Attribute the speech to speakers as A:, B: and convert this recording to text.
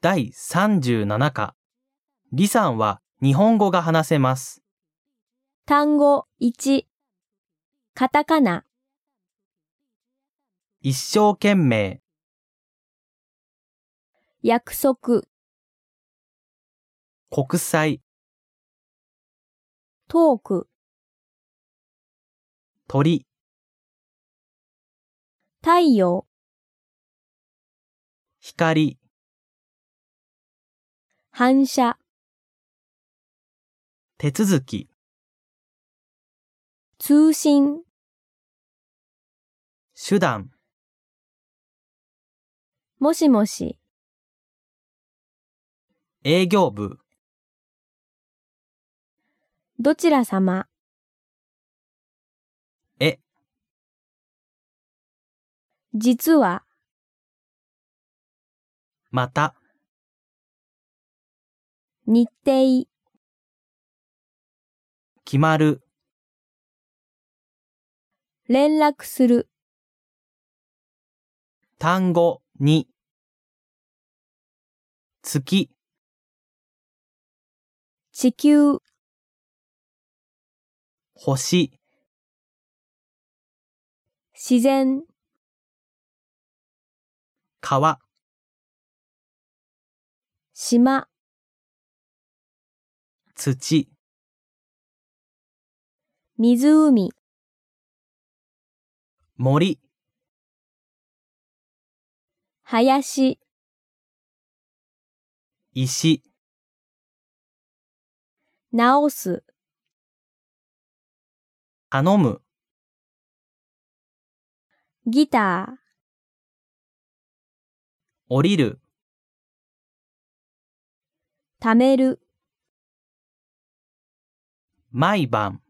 A: 第37課。李さんは日本語が話せます。
B: 単語1、カタカナ、
A: 一生懸命、
B: 約束、
A: 国際、
B: トーク、
A: 鳥、
B: 太陽、
A: 光、
B: 反射、
A: 手続き、
B: 通信、
A: 手段、
B: もしもし、
A: 営業部、
B: どちら様、
A: え、
B: 実は、
A: また、
B: 日程、
A: 決まる、
B: 連絡する、
A: 単語、に、月、
B: 地球、
A: 星、
B: 自然、
A: 川、
B: 島、
A: 土、
B: 湖、
A: 森、
B: 林、
A: 石、
B: 直す、
A: 頼む、
B: ギター、
A: 降りる、
B: 貯める、
A: 毎晩。